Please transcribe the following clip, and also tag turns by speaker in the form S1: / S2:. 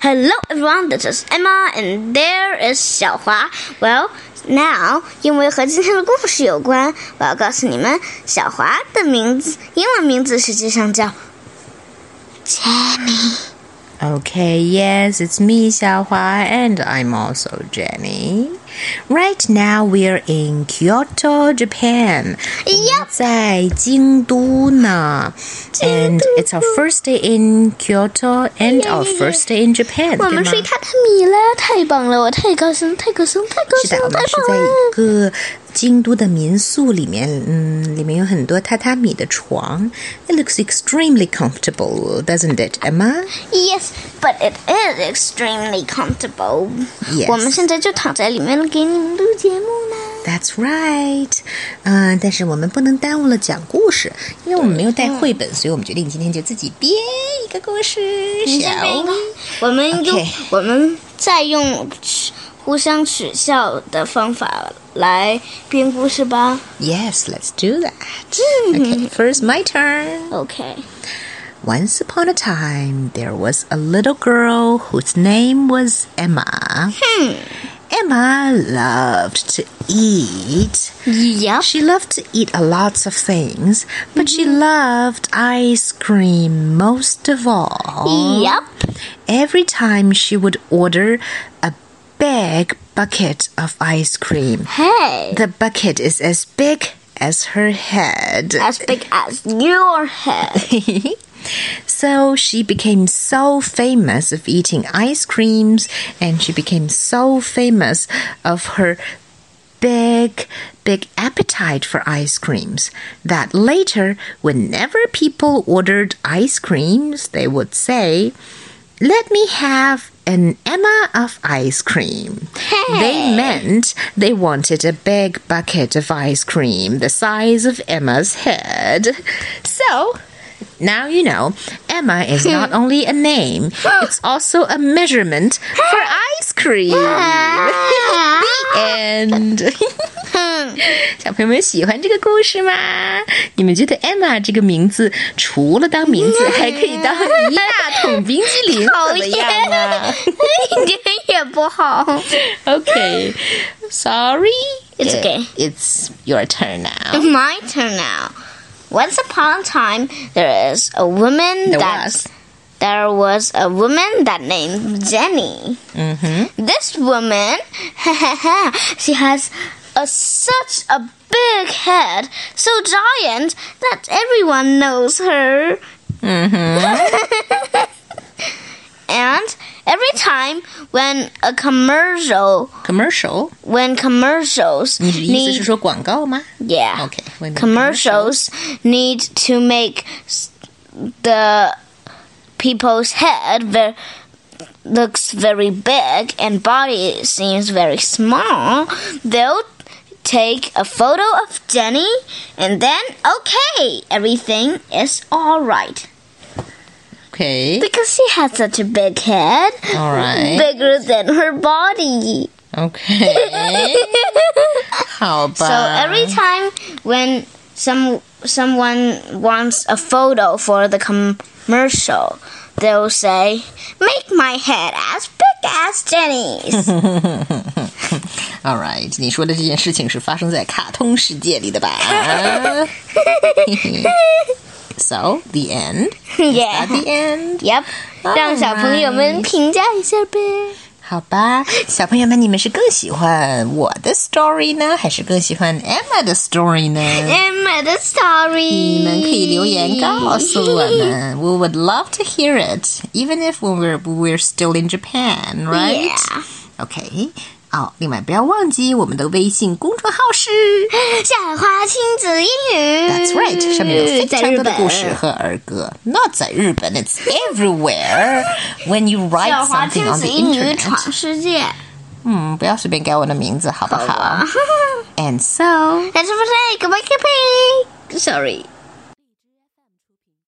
S1: Hello everyone, this is Emma and there is 小华. Well, now 因为和今天的故事有关，我要告诉你们，小华的名字英文名字实际上叫 Jenny.
S2: Okay, yes, it's me, Xiaohua, and I'm also Jenny. Right now, we're in Kyoto, Japan.
S1: Yup.
S2: 在京都呢. And it's our first day in Kyoto and our
S1: yeah, yeah.
S2: first day in Japan.
S1: 我们睡榻榻米了，太棒了！我太高兴，太高兴，太高兴，太棒了！
S2: mm, It looks extremely comfortable, doesn't it, Emma?
S1: Yes, but it is extremely comfortable.
S2: Yes.
S1: 我们现在就躺在里面给你们录节目呢。
S2: That's right，嗯、但是我们不能耽误了讲故事，因为我们没有带绘本，所以我们决定今天就自己编一个故事。小
S1: 我们用
S2: OK
S1: 我们再用取互相取笑的方法来编故事吧。
S2: ，Yes，let's do that. Okay, first my turn.
S1: OK，
S2: Once upon a time, there was a little girl whose name was Emma. Emma loved to eat.
S1: 呀
S2: She loved to eat a lots of things, but she loved ice cream most of all.
S1: Yup.
S2: Every time she would order a big bucket of ice cream.
S1: ，Hey。
S2: The bucket is as big as her head.
S1: As big as your head.
S2: so she became so famous of eating ice creams and she became so famous of her big big appetite for ice creams that later whenever people ordered ice creams they would say let me have an Emma of ice cream. They meant they wanted a big bucket of ice cream the size of Emma's head. So, now you know, Emma is not only a name, it's also a measurement for ice cream. Ah。 And 小朋友们喜欢这个故事吗？你们觉得 Emma 这个名字除了当名字，还可以当一大桶冰 激凌，
S1: 讨
S2: 怎么样 啊
S1: 一点也不好。
S2: ？OK，Sorry，
S1: It's okay.
S2: It's your turn now.
S1: My turn now. Once upon a time, there is a woman
S2: There
S1: that
S2: was.
S1: there was a woman that named Jenny. Mm-hmm. This woman, she has a, such a big head, so giant that everyone knows her. And every time when a commercial,
S2: Commercial，
S1: when commercials
S2: 你的意思
S1: need
S2: 是说广 告吗？
S1: yeah.
S2: Okay, when the
S1: Commercials need to make s- the people's head ver- looks very big and body seems very small. They'll take a photo of Jenny and then okay, everything is all right
S2: Okay,
S1: because she has such a big head,
S2: all right,
S1: bigger than her body.
S2: okay，好 Eh? 吧。
S1: So every time when some someone wants a photo for the commercial, they'll say, "Make my head as big as Jenny's."
S2: All right，你说的这件事情是发生在卡通世界里的吧 ？So the end. At
S1: yeah.
S2: the end.
S1: Yep.
S2: Alright.
S1: 让小朋友们评价一下呗。
S2: 好吧，小朋友们，你们是更喜欢我的 story 呢，还是更喜欢 Emma 的 story 呢？
S1: Emma 的 story，
S2: 你们可以留言告诉我 们。We would love to hear it, even if we're we're still in Japan, right?
S1: Yeah.
S2: OK. 哦，另外不要忘记我们的微信公众号是。
S1: 小花亲子英语。
S2: That's right，上
S1: Mm,
S2: 面有非
S1: 在
S2: 常
S1: 日
S2: 多的
S1: 本
S2: 故事。和儿歌。Not 在日本，It's everywhere. When you
S1: 小
S2: write
S1: 花
S2: something
S1: 亲
S2: on
S1: 子
S2: the
S1: 英语
S2: internet，
S1: 闯世界。
S2: 嗯，不要随便改我的名字，好不好
S1: 吧
S2: ？And so，
S1: That's for today. Goodbye, goodbye. Sorry.